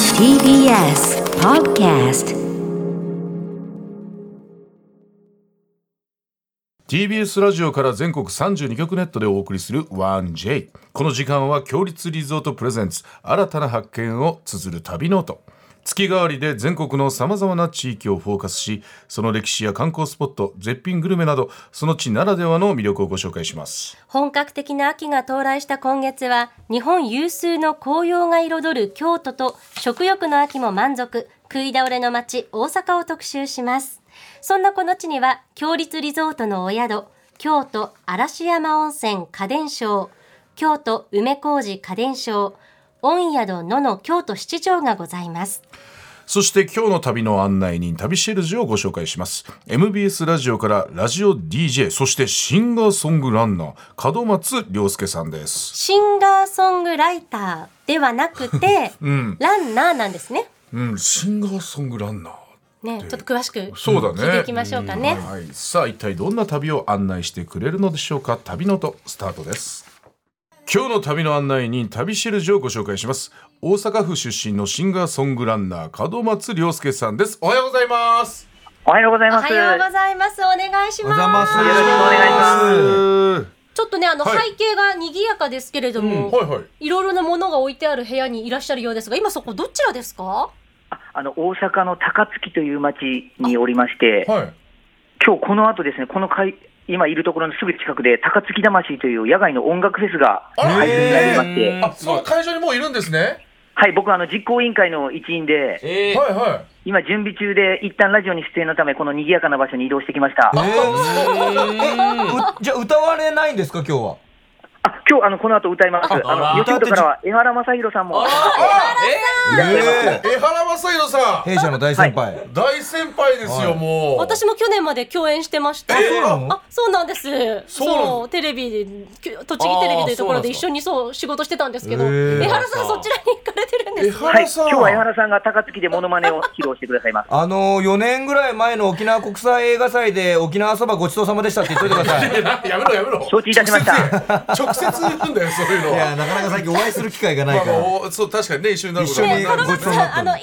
TBS Podcast TBS ラジオから全国32局ネットでお送りする 1J この時間は強立リゾートプレゼンツ新たな発見を綴る旅ノート月替わりで全国のさまざまな地域をフォーカスしその歴史や観光スポット絶品グルメなどその地ならではの魅力をご紹介します本格的な秋が到来した今月は日本有数の紅葉が彩る京都と食欲の秋も満足食い倒れの街大阪を特集しますそんなこの地には強立リゾートのお宿京都嵐山温泉家電商京都梅小路家電商御宿野の京都七条がございますそして今日の旅の案内人旅シェルジュをご紹介します MBS ラジオからラジオ DJ そしてシンガーソングランナー門松亮介さんですシンガーソングライターではなくて、ランナーなんですねうんシンガーソングランナーねちょっと詳しくそうだ聞ねいていきましょうかね、はい、さあ一体どんな旅を案内してくれるのでしょうか旅のとスタートです今日の旅の案内人旅シェルジュをご紹介します大阪府出身のシンガーソングランナー門松亮介さんですおはようございますおはようございおます。はようございますお願いしますよろしくお願はちょっとねあの、はい背景が賑やかですけれどいも、はいいろいろなものが置いてある部屋にいらっしゃるようですが今そこどちらですかあの大阪の高槻という町におりまして、はい今日この後ですね、この会今いるところのすぐ近くで高槻魂という野外の音楽フェスがあら配信になりましへて、ーあその会場にもういるんですねはい、僕はあの実行委員会の一員で、えはいは今準備中で一旦ラジオに出演のためこの賑やかな場所に移動してきました。えー、うじゃあ歌われないんですか今日はあ、今日あのこの後歌います。ああのら吉本からは江原正宏さんも。いえ江原正宏さ弊社の大先輩、ん大先輩ですよ、はいもう私も去年まで共演してました、そうなのあそうなんですそうなのテレビでき栃木テレビというところであーそうなんで一すか緒にそう仕事してたんですけどへー江原さんそちらに行かれてるんですねはい、さん今日は江原さんが高槻でモノマネを披露してくださいます。あの4年ぐらい前の沖縄国際映画祭で沖縄そばごちそうさまでしたって言っといてくだ さいい やめろやめ ろ承知いたしました直接言うんだよそういうのはやなかなか最近お会いする機会がないかまあらまあそう確かにね一緒になること一緒にはで門ご松ちそうになっさん、たあのの今流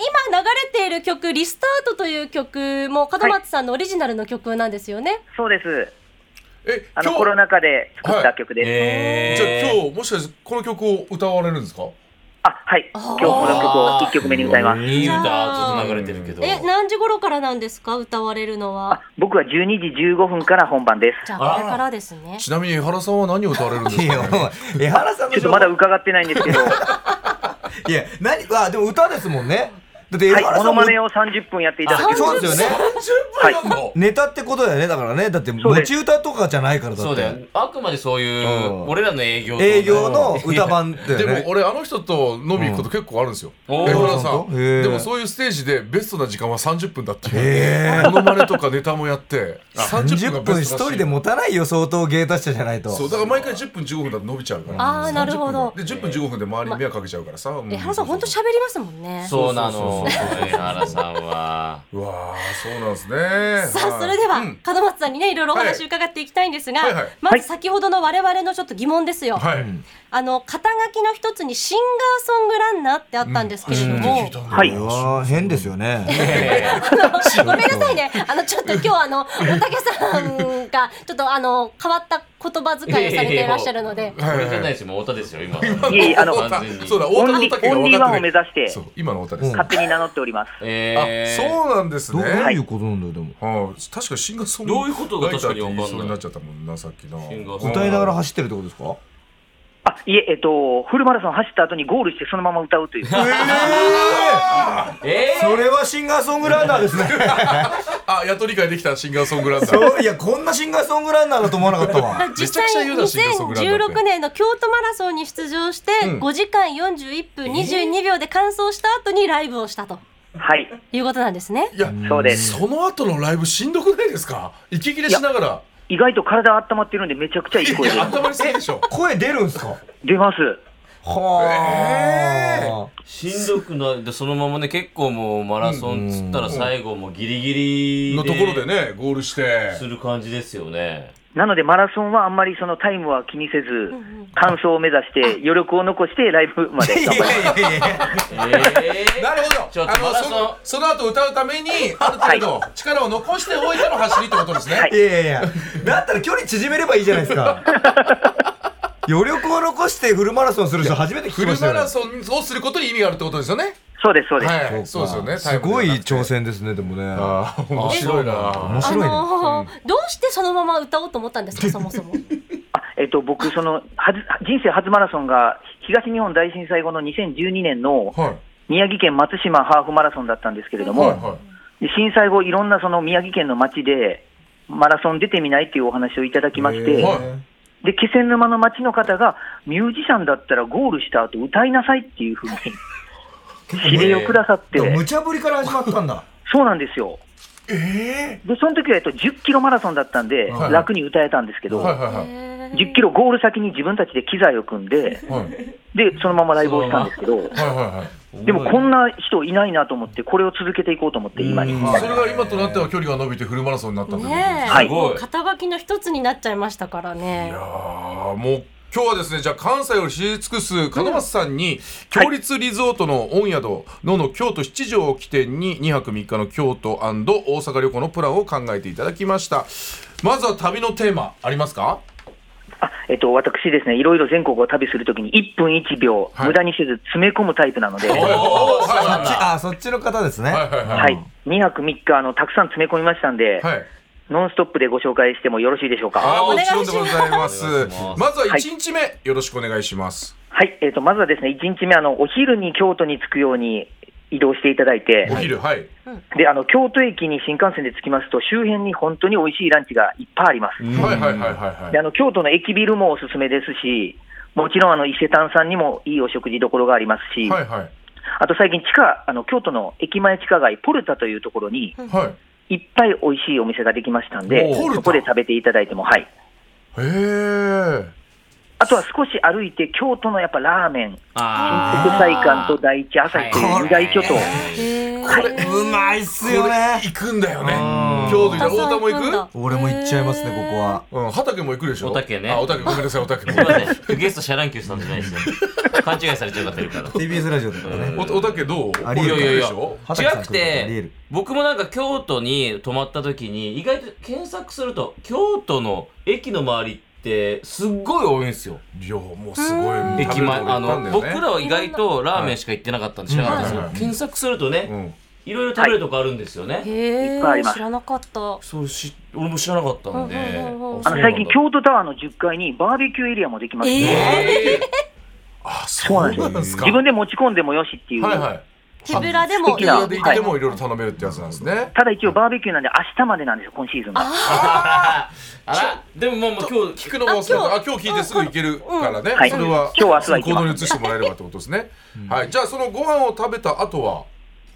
れている曲、リスタートという曲も門松さんのオリジナルの曲なんですよね。そうです。えあ今の日コロナ禍で作った曲です。えじゃあ今日もしかしてこの曲を歌われるんですかあ、はい。今日この曲を1曲目に歌います。いい歌ずっと流れてるけど。え、何時頃からなんですか、歌われるのは。僕は12時15分から本番です。じゃあ、これからですね。ちなみに江原さんは何を歌われるんです いやか、お 前江原さんのちょっとまだ伺ってないんですけど、はいや何あでも歌ですもんねだって江い、原モさノんも、マネを30分やっていただきあそうですよねはい。ネタってことだよねだからねだってそう持ですち歌とかじゃないからだってそうだよ。あくまでそういう、うん俺らの営業と営業の歌版だよでねも俺あの人と飲み行くこと結構あるんですよ、うん江原さおんーへーでもそういうステージでベストな時間は30分だってへいうモノマネとかネタもやって30 30分が分ベ一ストらしい人で持たないよ相当芸達者じゃないとそうだから毎回10分15分だと伸びちゃうからあーなるほど30分で10分15分で周りに迷惑かけちゃうからさ、うん江原さん、本当喋りますもんね。 そうなの。江原さん は。うわーそうなんですねさはあいそれでは、うん門松さんにねいろいろお話はい伺っていきたいんですが、はいはいまず先ほどの我々のちょっと疑問ですよ、はい、あの肩書きの一つにシンガーソングランナーってあったんですけれども、聞いたんだよはいこれは変ですよね。 ごめんなさいねあのちょっと今日あの おたけさんがちょっとあの変わった言葉遣いをされていらっしゃるので。 これじゃないし、もう太田ですよ、今。いえいえあの完全にそうだ、オ大ン田のリ竹がーオンリ分ーワかっンてを目る。指してそう、今の大田です。うんあ、勝手に名乗っております。えー、そうなんですどね。うはいいうことなんだよでも。あ、確かにシンガーソングどういうことが確かにわかんないライターって言いそうになっちゃったもんな、さっきな。シンガーソング歌いながら走ってるってことですか？あ、いえ、えっと、フルマラソン走った後にゴールしてそのまま歌うという。えーそれはシンガーソングランナーですね。あ、やっと理解できた、シンガーソングランナー。そういやこんなシンガーソングランナーだと思わなかった わ。実めちゃくち際ゃに言うらしいよそこ らだって2016年の京都マラソンに出場してうん5時間41分22秒で完走した後にライブをしたとはい、いうことなんですね。いや、そうです。その後のライブしんどくないですか息切れしながら。意外と体温まってるんでめちゃくちゃいいい声でや、頭にすぎでしょ。声出るんすか？出ます。はあ。しんどくない。で、そのままね、結構もうマラソンつったら最後もギリギリのところでね、ゴールして。する感じですよね。なのでマラソンはあんまりそのタイムは気にせず、完走を目指して、余力を残してライブまで頑張ります。いやいやいやいやええなるほどちょっとあのマそラソンのその後歌うためにある程度力を残しておいての走りってことですね、はいいやいやいやだったら距離縮めればいいじゃないですか余力を残してフルマラソンする人初めて聞フきまルしマたよ、ねラ、ソンをすることに意味があるってことですよねそうです、そうです。はいそうですよねタイすムではごいなくて挑戦ですねでもねあー面白いな面あ白いねのーどうしてそのまま歌おうと思ったんです か、そもそも。あえっと、僕、そのはず人生初マラソンが東日本大震災後の2012年のはい宮城県松島ハーフマラソンだったんですけれども、はいはいで震災後、いろんなその宮城県の町で、マラソン出てみないっていうお話をいただきまして、はで気仙沼の町の方が、ミュージシャンだったらゴールした後歌いなさいっていうふうに 指令をくださって、無茶ぶりから始まったんだそうなんですよ。で、その時はえっと10キロマラソンだったんで、はい楽に歌えたんですけど、はいはいはい10キロゴール先に自分たちで機材を組んで、はいで、そのままライブをしたんですけど、はいはいはいでもこんな人いないなと思って、これを続けていこうと思って、今に。それが今となっては距離が伸びてフルマラソンになったんだけど、ねえ、はいもう肩書きの一つになっちゃいましたからね。あーもう今日はですねじゃあ関西を知り尽くす門松さんに強立リゾートの御宿のの京都七条を起点に2泊3日の京都大阪旅行のプランを考えていただきましたまずは旅のテーマありますかあえっと、私ですね、いろいろ全国を旅するときに、1分1秒、はい無駄にせず詰め込むタイプなので、おーははいそっはちあそっちの方ですね、いはいはいい、2泊3日あの、たくさん詰め込みましたんで、はいノンストップでご紹介してもよろしいでしょうか。あーおも願いちろんでございますお願いしますまずは1日目、よろしくお願いしますはい、えっと、まずはですね、1日目あの、お昼に京都に着くように移動していただいてお、昼はいであの京都駅に新幹線で着きますと、周辺に本当に美味しいランチがいっぱいあります。はいはいはいはいではあの京都の駅ビルもおすすめですし、もちろんあの伊勢丹さんにもいいお食事どころがありますし、いはいはいあと最近地下、あの京都の駅前地下街、ポルタというところに、はいいっぱい美味しいお店ができましたんで、おーそこで食べていただいても、はい、へえあとは少し歩いて、京都のやっぱラーメン、あ国際館と第一朝日という二大巨頭、これうまいっすよね行くんだよねうん京都行ったら太田も行くんだく俺も行っちゃいますねここはうん、畑も行くでしょ。おたけねあ、おたけ、ごめんなさい、おたけ。 ーすいませんゲストシャランキューさんじゃないですよ勘違いされちゃう方いるから TBS ラジオだからねおおたけ、どう。ありえるこれ行くでしょ畑さ違んく来るからありえてる僕もなんか京都に泊まった時に意外と検索すると京都の駅の周りってすっごい多いんですよいや、もうすごい。駅前あの僕らは。は意外とラーメンしか行ってなかったんで知らなかったんですけど、はい検索するとうねん。いろいろ食べるとこあるんですよね、へいっぱいあえ、ります知らなかった。そうし俺も知らなかったんで、うんうんうんうんあの最近、京都タワーの10階にバーベキューエリアもできまして、えーあ、そうなんですか。自分で持ち込んでもよしっていう、はいはい。手ぶらでも素い敵なろで行っても、いろいろ頼めるってやつなんですね。ただ一応、バーベキューなんで、明日までなんですよ、今シーズンが。あらでもまあまあ今日聞くのも忘れた。ああ、今日聞いてすぐ行けるからねは。いそれは。今日明日は行き行ま動すに移してもらえればってことですね。はい、じゃあ、そのご飯を食べた後は。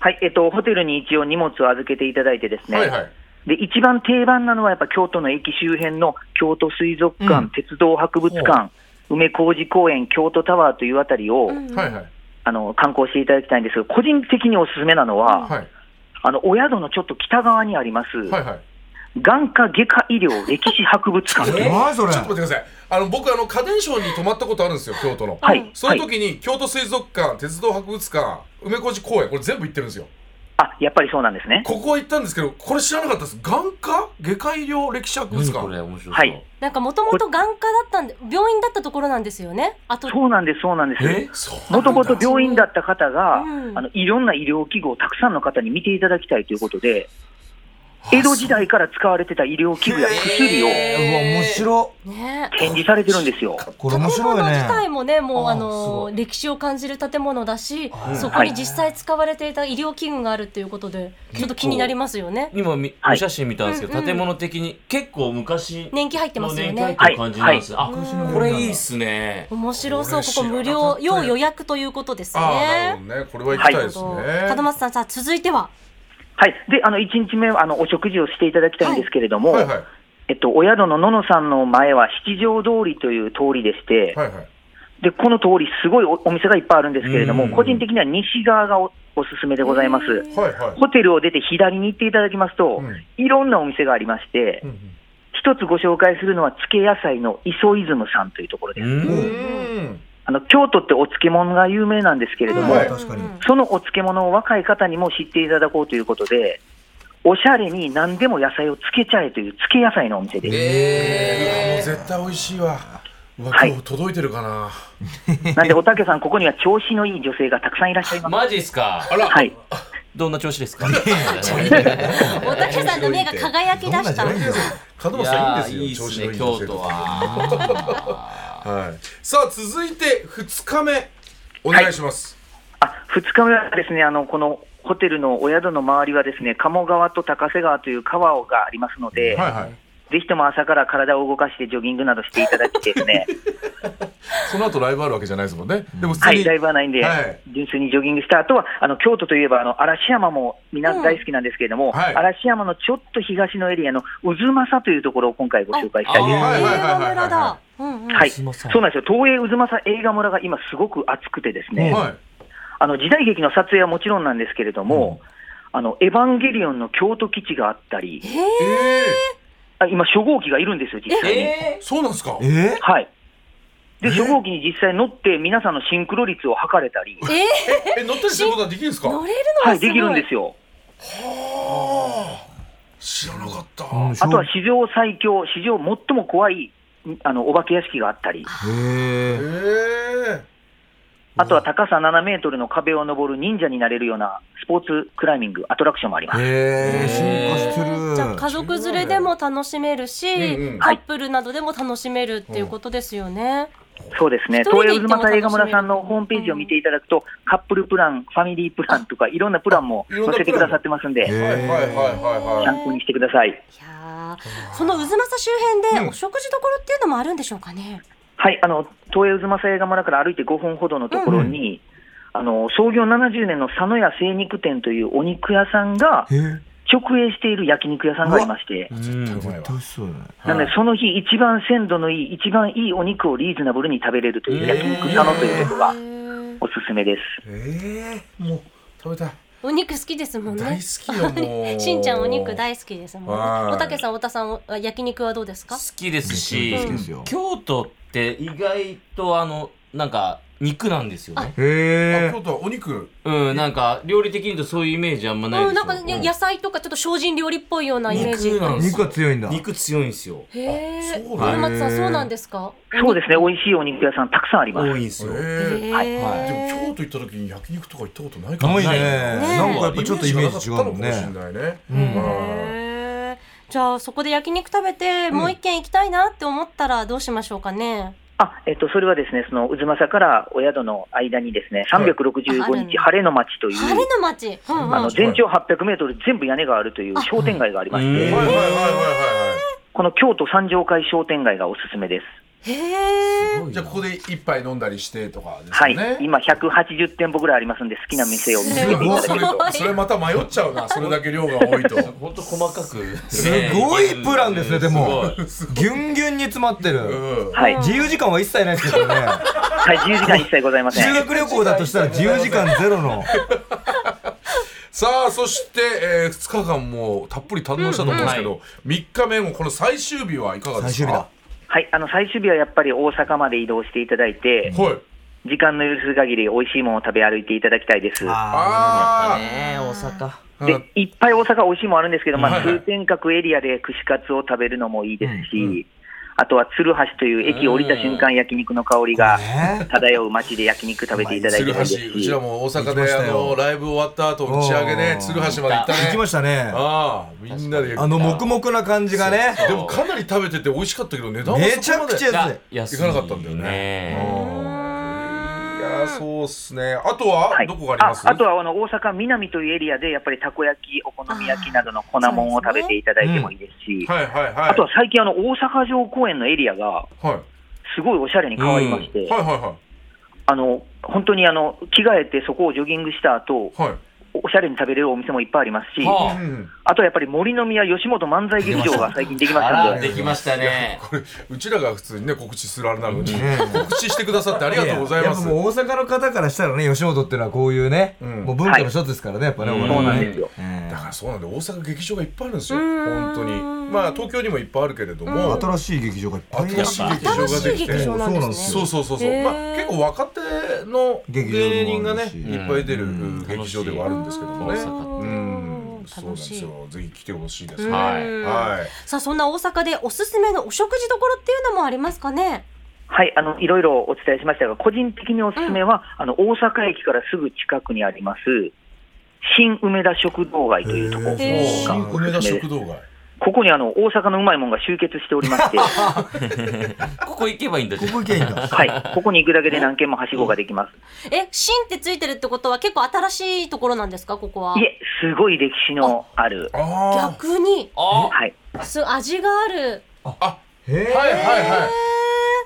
はい、えっと、ホテルに一応荷物を預けていただいてですね、はいはい。で一番定番なのは、やっぱ京都の駅周辺の京都水族館、鉄道博物館、梅小路公園、京都タワーというあたりを、はいはい。あの観光していただきたいんですが、個人的におすすめなのは、はい。あのお宿のちょっと北側にあります、はいはい。眼科外科医療歴史博 物館という、何それちょっと待ってください。あの僕あの家電商に泊まったことあるんですよ、京都の。はいその時に京都水族館、鉄道博物館、梅小路公園、これ全部行ってるんですよ。あやっぱりそうなんですね。ここは行ったんですけど、これ知らなかったです。眼科外科医療歴史博物何これ館。面白そう、はいなんかもともと眼科だったんで、病院だったところなんですよね。あと、そうなんです、そうなんです。そうもともと病院だった方が、うんあのいろんな医療器具をたくさんの方に見ていただきたいということで、江戸時代から使われてた医療器具や薬をうわ面白ね。展示されてるんですよ。これ面建白い物自体ねもね、もうあーあのすごー歴史を感じる建物だし、そこに実際使われていた医療器具があるということで、ちょっと気になりますよね。今みはいお写真見たんですけど、うんうん建物的に結構昔年季入ってますよの年ね。季入ってる感じなんです、いあ、はいこれいいっすね面白そう。ここれこ無料、知らなかった要予約ということですああ、なるねほ。どね。これは行きたいですね。門松さん、さあ続いては、はい、であの1日目はあのお食事をしていただきたいんですけれども、はいはいえっと、お宿のののさんの前は七条通りという通りでして、はいはい。でこの通り、すごいおお店がいっぱいあるんですけれどうも、ん個人的には西側がおおすすめでございます。はいはい。ホテルを出て左に行っていただきますと、うんいろんなお店がありまして、一つご紹介するのは、漬け野菜の磯イズムさんというところです。うん。あの京都ってお漬物が有名なんですけれども、はい確かにそのお漬物を若い方にも知っていただこうということで、おしゃれに何でも野菜を漬けちゃえという漬け野菜のお店です。ええ。もう絶対美味しいわ。うわ、はい今日届いてるかな。なんで、おたけさん、ここには調子のいい女性がたくさんいらっしゃいます。マジっすかあら。はい。どんな調子ですかおたけさんの目が輝き出どんなしじたゃないんだよ門い松やさーんいいいいんっですよ。調す子のねいい京女性都と。ははい。さあ続いて二日目お願いします。あ、二日目はですね、あの、このホテルのお宿の周りはですね、鴨川と高瀬川という川がありますので、はいはい。ぜひとも朝から体を動かしてジョギングなどしていただきですね、その後ライブあるわけじゃないですもんね。でも普は通い、にライブはないんで、はい純粋にジョギングした後は、あの京都といえばあの嵐山も皆大好きなんですけれども、はい嵐山のちょっと東のエリアの渦政というところを今回ご紹介したいと思いあまはいはいはいはい村だはうんうんす。はい、渦そうなんです政よ、東映渦政映画村が今、すごく熱くてですね、い。はい。あの時代劇の撮影はもちろんなんですけれども、あのエヴァンゲリオンの京都基地があったり、ええあ今、初号機がいるんですよ、実際に。えー。そうなんですか。えはいで初号機に実際乗って、皆さんのシンクロ率を測れたり、ええ乗ったりすることはできるんですー、か。乗れるのは、はいすごいできるんですよ。ああ。知らなかった。あとは史上最強、史上最も怖いあのお化け屋敷があったり、えええあとは高さ7メートルの壁を登る忍者になれるようなスポーツクライミング、アトラクションもあります。えー進じゃあ家化してる族連れでも楽しめるし、うんうんカップルなどでも楽しめるっていうことですよね。そうですね、一人東で映行渦っても楽しめ政る映画村さんのホームページを見ていただくと、カップルプラン、ファミリープランとか、いろんなプランもいろんな載せてプくランださってますんで、はいはいはいはいはい。参考にしてください。いやーその渦政周辺うでんお食事どころっていうのもあるんでしょうかね。はい、あの東映渦政映画村から歩いて5分ほどのところに、あの創業70年の佐野屋精肉店というお肉屋さんがえー直営している焼肉屋さんがありまして。うんうまいわ絶対美味しそうだねなので、その日、一番鮮度のいい、一番いいお肉をリーズナブルに食べれるという、焼肉佐野というところがおすすめです。ええもう食べたい。お肉好きですもん大ね。好きよも う。しんちゃんお肉大好きですもんはいね。おたけさん、おたさん、お焼肉はどうですー、か好。きですし好きですよ京都って意外とあのなんか肉なんですよねあえ京都はお肉。うんなんか料理的に言うとそういうイメージあんまないうん、ですなよんか、ね野菜とかちょっと精進料理っぽいようなイメージ。肉なんーです肉は強いんだ肉強いんですよへえ。そうなんだ古松さん、そうなんですか。そうですね、美味しいお肉屋さん、たくさんありま多す。いんですよええへはいでもー京都行った時に焼肉とか行ったことないかなもいねねなんかやっぱちょっとイメージ違うもんイメージなかったのかもしねれないね。うんへーじゃあそこで焼肉食べてもう一軒行きたいなって思ったらどうしましょうかね。あ、えっと、それはですね、その、渦政からお宿の間にですね、はい365日晴れの町とい晴れう、の街。うんうんあの、全長800メートル全部屋根があるという商店街がありましはいはいて、はいはいはこの京都三条会商店街がおすすめです。へえ。い。じゃあここで一杯飲んだりしてとかですはよいね。。今180店舗ぐらいありますんで、好きな店を見つけていただそけれると。とそれまた迷っちゃう な。それだけ量が多いと。本当細かく、すごいプランですねでもすごいギュンギュンに詰まってうるん。はい。自由時間は一切ないです けどねはい、自由時間一切ございません修。学旅行だとしたら自由時間ゼロのさあそして、え2日間もうたっぷり堪能したと思うんですけど、3日目もこの最終日はいかがで最す終日だかはい、あの最終日はやっぱり大阪まで移動していただいて、はい時間の許す限り美味しいものを食べ歩いていただきたいです。あーねえ大阪うんで、いっぱい大阪美味しいものあるんですけど、まはあ、いはい通天閣エリアで串カツを食べるのもいいですし、あとは鶴橋という駅を降りた瞬間、焼肉の香りがね漂う街で焼肉食べていただい鶴てもいいです橋うちしら、も大阪行きまでしたあよのライブ終わった後打ち上げでおー鶴橋まで行ったね行きましたねああみんなであの黙々な感じがねでもかなり食べてて美味しかったけど値段はめちゃくちゃい安い安い行かなかったんだよねいやーそうっすねあとははいどこがあります、ああとはあの大阪南というエリアで、やっぱりたこ焼き、お好み焼きなどの粉もんを食べていただいてもいいですし、はいはいはいあとは最近、あの大阪城公園のエリアが、はいすごいおしゃれに変わりまして、はいはいはあの本当にあの着替えてそこをジョギングした後いはいおしゃれに食べれるお店もいっぱいありますし、はあとはやっぱり森の宮吉本漫才劇場が最近できましあたらんで、できましたねこれうちらが普通にね告知するあれなのに告知してくださってありがとうございやまっぱす。もう大阪の方からしたらね、吉本ってのはこういうね、んもう文化の一つですからね、やっぱね、はい我そう々なんねですよ。えだからそうなんで大阪劇場がいっぱいあるんですよ。うーん本当に。まあ東京にもいっぱいあるけれどえも。新しい劇場がいっぱいある新しい劇場ができて新しい劇場なんですねそうそうそうそへう。ーまあ結構若手の劇芸場人もがあねるしいっぱい出るうん劇場ではあるんですけども楽ねしい。ううんん、そうなん楽でしいすよ。ぜひ来てほしいです。うんはい。はいはいさあそんな大阪でおすすめのお食事どころっていうのもありますかねはい、あの、いろいろお伝えしましたが、個人的におすすめは、あの、大阪駅からすぐ近くにあります、新梅田食堂街というところがおすへーす新め梅で田す食堂街。ここにあの、大阪のうまいもんが集結しておりま して、はここ行けばいいんだじゃこんこ行けばいいんだ。い、ここに行くだけで何軒もはしごができます。え新ってついてるってことは結構新しいところなんですかここはいえ、すごい歴史のある、あ逆にあはい、す味があるあ。あ、へえはいはいはい。え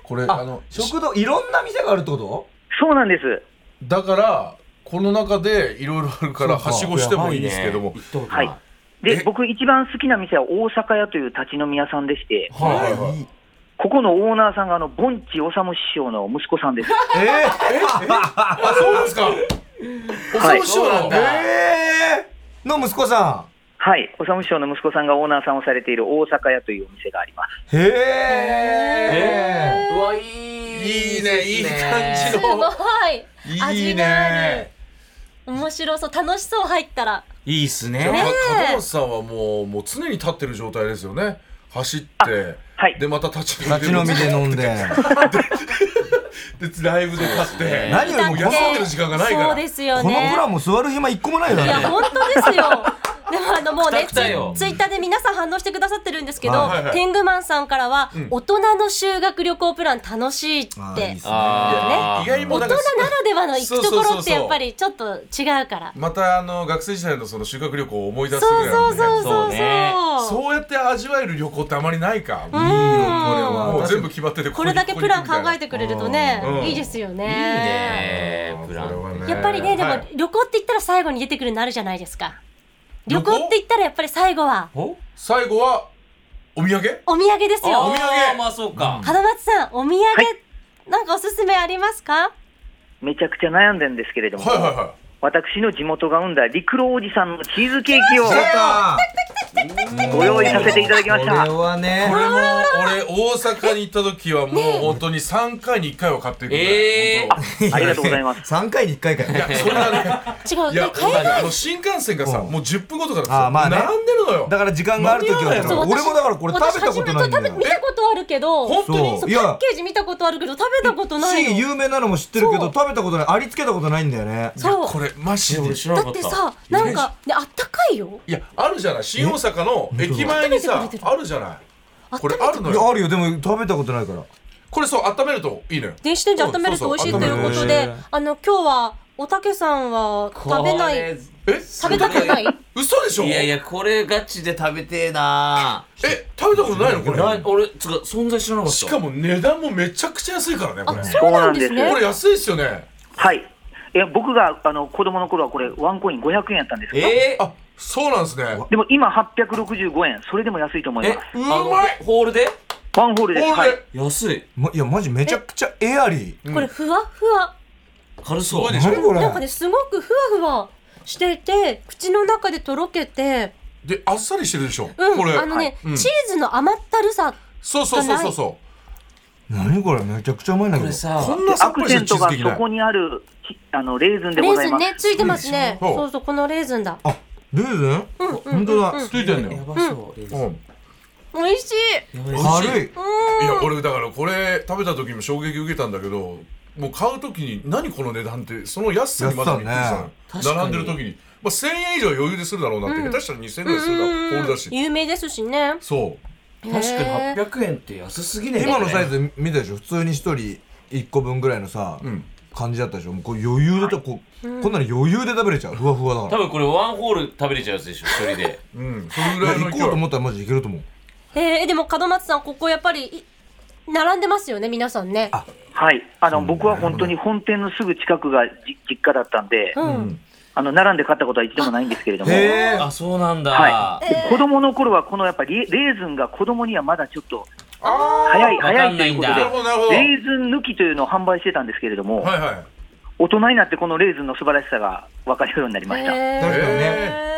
これああの食堂、いろんな店があるってことそうなんです。だからこの中でいろいろあるからそうかはしごしてもいいんですけども。はい。で、僕一番好きな店は大阪屋という立ち飲み屋さんでして、はいはいはい。ここのオーナーさんがあの、盆地治師匠の息子さんです。あ、そうなんですか。はいお、そうなんえだ。えの息子さはい、治師匠の息子さんがオーナーさんをされている大阪屋というお店があります。ん。へええーうわいいいいねいい感じすのごいいい味があるね。面白そう楽しそう入ったらいいっすじゃあ、門ね松さんはもう、もう常に立ってる状態ですよね。走って、はいで、また立ち飲み立ち飲みで飲んで。で、でライブで立っそうですて。ね何よりも休んでる時間がないからそうですよこのプねランも座る暇一個もないよいやね。本当ですよでもあのもうねくツたイくたよツイッターで皆さん反応してくださってるんですけど、はいはいはい天狗マンさんからは、大人の修学旅行プラン楽しいってあーいいっすねあ意ー外にもうな大んか人ならではの行くとこそうそうそろうっそてうやっぱりちょっと違うからまたあの学生時代のその修学旅行を思い出すそうぐらそいうのねそうそうそうねそうそうやって味わえる旅行ってあまりないかうんもう全部決まっててこれだけプラン考えてくれるとね、うんいいですよいいねねプランやっぱりねでも、はい旅行って言ったら最後に出てくるのあるじゃないですか旅旅行行って言ったらやっぱり最後はお最後はお土産お土産ですあよお土産まあそうか門松さんお土産、いなんかおすすめありますかめちゃくちゃ悩んでんですけれども、はいはいは私の地元が生んだ陸路おじさんのチーズケー キをやったご用意させていただきまし こた。れはねい。これも俺大阪に行った時はもう本当に3回に1回は買っていくぐらいえー本当ありがとうございます。 3回に1回かよいや、それ がね、違ういねや、海外あの新幹線がさ、うんもう10分後とかだあーまあさ、ね並んでるのよ。だから時間がある時はだかそうら私俺もだからこれ食べたことな私初めいんだて食べよ見たことあるけど本当そにうそういパッやケージ見たことあるけど食べたことない C の有名なのも知ってるけそどう食べたことないありつけたことないんだよねそうこれ、マジで。俺い知らなだかっってたさなんかねあったかいよや、あるじゃない。新大阪の駅温前にめさてくれて、るあるじゃない。あったこめれてあるいのやよ。あるよでも食べたことないからこれそう、温めるといいのよ。電子レンジ温めると美味しいそうとそういそううこと温めでるあの今日はおたけさんは食べなこいれえ食べたくない嘘でしょいやいやこれガチで食べてえなえ、食べたことないのこなれ。俺つうか存在知らなかったしかも値段もめちゃくちゃ安いからね、これあ。そうなんですそうなねんですよこれ安いですよね。はい。え僕があの子供の頃はこれワンコイン500円やったんですけど、えーあ、そうなんですね。でも今865円、それでも安いと思いえます。あうのまいホールでワンホールです。こはい。れ、安いまいやマジめちゃくちゃエアリこれふわふわ軽そうー何こなんかれねすごくふわふわしていて口の中でとろけてで、あっさりしてるでしょ。うんこれ。あのね、うんチーズの甘ったるさそうそうそうそうそう。何これめちゃくちゃうまいんだこけどれさこんなさアっぱクりしセたンチトーがズできそない。こにあるちあのレーズンでレごーざいズンます。ねついてますねそうそうそうこのレーズンだあレーズンうんうんうん本当だついてんのやよ。ばそうレーズンうん。美味しいやばい軽いいや俺だからこれ食べた時も衝撃受けたんだけどもう買う時に何この値段ってその安さにまだびっくりしたの安さね並んでる時に、まあ、1000円以上余裕でするだろうなって、下手したら2000円ぐらいするだろうホールだし有名ですしねそう確へーかに800円って安すぎね今のサイズズ見たでしょ普通に一人1個分ぐらいのさん感じだったでしょもうこれ余裕でたこうこんなの余裕で食べれちゃうふわふわだ多か分これワンホール食べれちゃうやつでしょ一人でうんそれぐららいいやの行勢こいうと思ったらマジでいけると思うえー、でも門松さんここやっぱりい並んでますよね皆さんねはい。あの僕は本当に本店のすぐ近くがじ実家だったんで、うん、あの並んで買ったことは一度もないんですけれども、へえ。 あ、そうなんだ。はで子供の頃はこのやっぱりレーズンが子供にはまだちょっとあ早いわ早かいんとないいうんこだとでなるほどなるほどレーズン抜きというのを販売してたんですけれども、はいはい大人になってこのレーズンの素晴らしさが分かるようになりました。確かにね。へー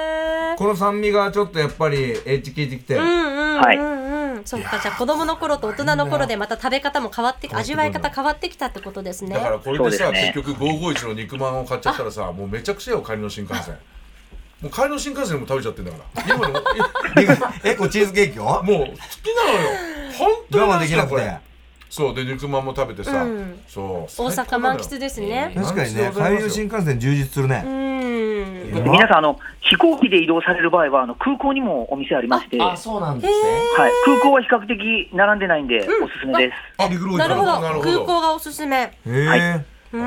この酸味がちょっとやっぱりエッジ効いてきてう。んはいうんうんうん。そっかじゃあ子供の頃と大人の頃でまた食べ方も変わって味わい方変わってきたってことですねだ。からこれでそさうですね結局551の肉まんを買っちゃったらさもうめちゃくちゃよ帰りの新幹線もう帰りの新幹線でも食べちゃってんだから今のえ、これチーズケーキをもう好きなのよ本当に我慢大で好ききなのなくこてれ。そうで肉まんも食べてさ、うんそう大阪満喫ですね。確かにね、満喫でございます海よ流新幹線充実するうね。ん。で皆さんあの、飛行機で移動される場合はあの空港にもお店ありまして、はあ、い、そうなんですね。空港は比較的並んでないんで、おすすめです。あなるほどなるほ空ど港がおすすめ。へすご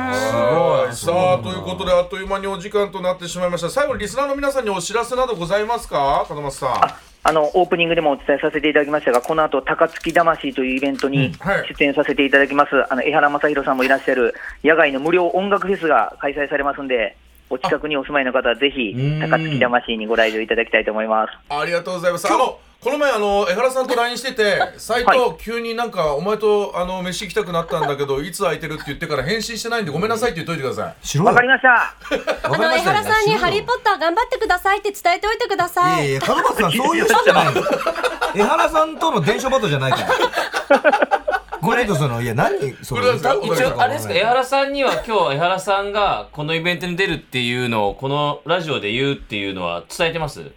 いさあということであっという間にお時間となってしまいました最後にリスナーの皆さんにお知らせなどございますか門松さんあのオープニングでもお伝えさせていただきましたが、この後高槻魂というイベントにはい出演させていただきます、あの江原正宏さんもいらっしゃる野外の無料音楽フェスが開催されますんで、お近くにお住まいの方はぜひ、高槻魂にご来場いただきたいと思います。ありがとうございます。あのこの前あの江原さんと LINE してて、斉藤、は急になんかお前とあの飯行きたくなったんだけど、いつ空いてるって言ってから返信してないんでごめんなさいって言っといてください。白い。わかりました。わあかのりま江したよ原さんにハリーポッター頑張ってくださいって伝えておいてくだいさやいい。や、門松さん、そういう人じゃない の。江原さんとの伝承バトルじゃないから。これとその、いや、何、そこれなんですか歌っ一てと応かあれですか、江原さんには今日江原さんがこのイベントに出るっていうのをこのラジオで言うっていうのは伝え てますい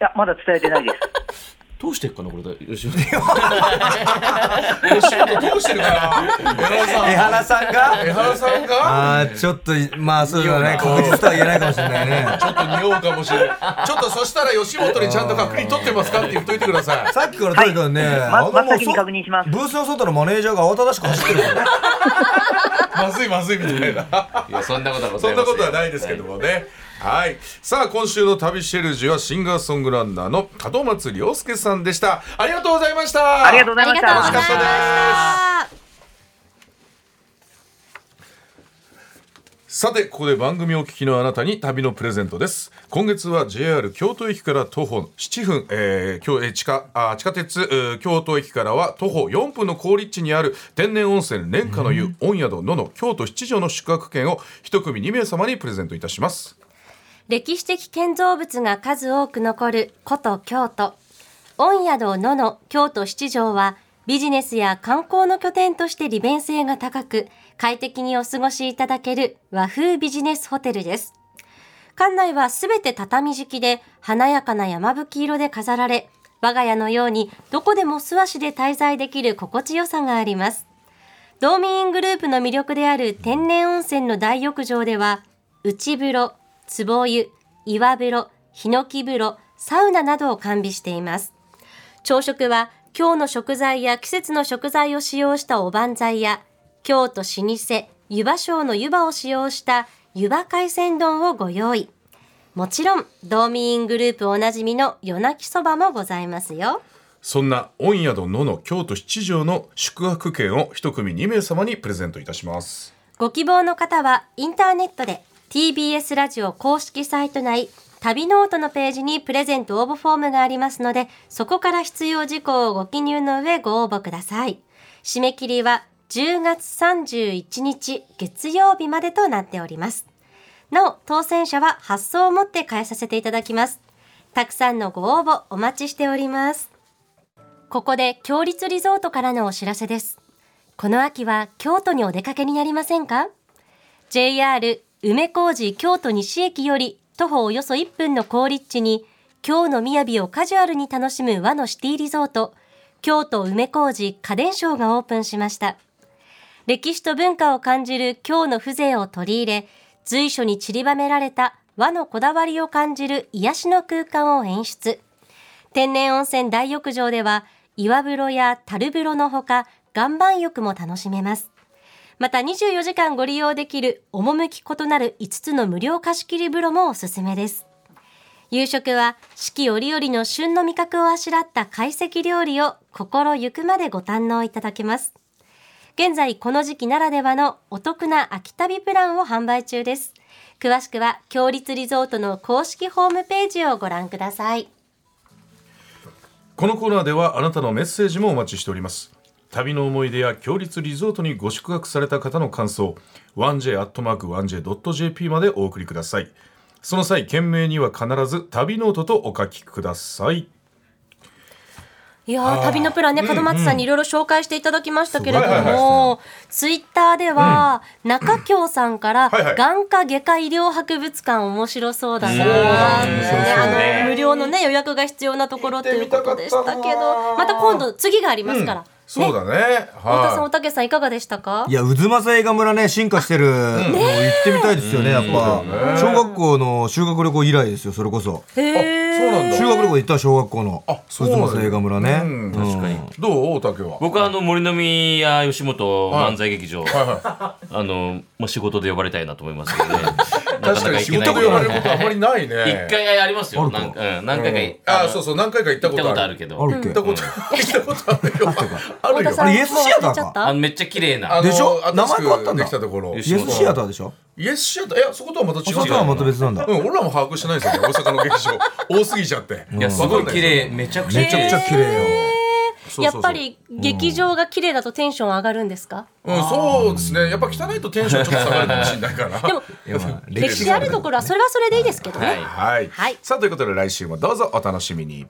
や、まだ伝えてないです。どうしてっかなこれ吉お仕事どうしてるかな江原さん。江原さん江が。原さんがあー、ちょっと、まあ、そうだね、確実とは言えないかもしれないね。ちょっと匂うかもしれない。ちょっとそしたら吉本にちゃんと確認取ってますかって言っといてください。さっきからとにかくね、まあのもう真っ先に確認しますブースの外のマネージャーが慌ただしく走ってるよ。まずいまずいみたいな。いや、そんなことはござそいんまなせんことはないですけどもね。はい。さあ、今週の旅シェルジュはシンガーソングランナーの門松良介さんでした。ありがとうございました。ありがとうござあいまりしがとうございたま。し楽しかた。さてここで番組をお聞きのあなたに旅のプレゼントです今月は JR 京都駅から徒歩7分、えー京えー地下あー地下鉄、えー京都駅からは徒歩4分の好立地にある天然温泉蓮華の湯御宿のの京都七条の宿泊券を一組2名様にプレゼントいたします歴史的建造物が数多く残る古都京都御宿野の京都七条はビジネスや観光の拠点として利便性が高く快適にお過ごしいただける和風ビジネスホテルです館内はすべて畳敷きで華やかな山吹色で飾られ我が家のようにどこでも素足で滞在できる心地よさがあります道民グループの魅力である天然温泉の大浴場では内風呂、壺湯、岩風呂、ヒノキ風呂、サウナなどを完備しています朝食は今日の食材や季節の食材を使用したおばんざいや京都老舗湯葉省の湯葉を使用した湯葉海鮮丼をご用意もちろん道民グループおなじみの夜泣きそばもございますよそんな御宿のの京都七条の宿泊券を一組2名様にプレゼントいたしますご希望の方はインターネットで TBS ラジオ公式サイト内旅ノートのページにプレゼント応募フォームがありますのでそこから必要事項をご記入の上ご応募ください締め切りは10月31日月曜日までとなっておりますなお当選者は発送をもって返させていただきますたくさんのご応募お待ちしておりますここで強立リゾートからのお知らせですこの秋は京都にお出かけになりませんか JR 梅小路京都西駅より徒歩およそ1分の好立地に京の雅をカジュアルに楽しむ和のシティリゾート京都梅小路家電商がオープンしました歴史と文化を感じる京の風情を取り入れ随所に散りばめられた和のこだわりを感じる癒しの空間を演出天然温泉大浴場では岩風呂や樽風呂のほか岩盤浴も楽しめますまた24時間ご利用できる趣異なる5つの無料貸し切り風呂もおすすめです夕食は四季折々の旬の味覚をあしらった懐石料理を心ゆくまでご堪能いただけます現在この時期ならではのお得な秋旅プランを販売中です詳しくは強立リゾートの公式ホームページをご覧くださいこのコーナーではあなたのメッセージもお待ちしております旅の思い出や強立リゾートにご宿泊された方の感想 1j.1j.jp までお送りくださいその際件名には必ず旅ノートとお書きくださいいやー旅のプランね門松さんにいろいろ紹介していただきましたけれども、すごいはいツイッターでは、中京さんから、はいはい眼科外科医療博物館面白そうだなーって、うんねそうそうあの無料のね予約が必要なところということでした行ってけみたかったどなまた今度次がありますから、そうだね太田さんおはたけさんいかがでしたかいや、渦政映画村ね、進化してる。もう行ってみたいですよね、やっぱ。小学校の修学旅行以来ですよ、それこそ。へいそうえなんだ修学旅行行った小学校の。あそう渦なんだ政映画村ね。うん確かに。どう大竹は僕はあの森の宮吉本はい漫才劇場、はいはいあのまあ仕事で呼ばれたいなと思います けどね。な確かに仕な事でいけ呼ばどれることあんまりないね一回ありますよ。かなんかうん何う回んかあのそうそう何回か行った行っこたこととああるるけど。あるっけ行ったこと行ったことあるよある太よ田さんあれイエスシアターもう忘れちかゃっあたのめっちゃ綺麗な。あのでしょ新しく名前変わったんだできたところよイしイエスシアターでしょエスシアターいやそことはまた違あうそこはまた別なんだう。ん、俺らも把握してないですよね、大阪の 劇場。多すぎちゃって。いやすごい綺麗めちゃくちゃめちゃくちゃ綺麗よ。そうそうそうやっぱり劇場が綺麗だとテンション上がるんですかうん、そうですね。やっぱ汚いとテンションちょっと下がるかもしれないから。でも 歴史あるところはそれはそれでいいですけどね、はい。はい、はいさあ、ということで来週もどうぞお楽しみに。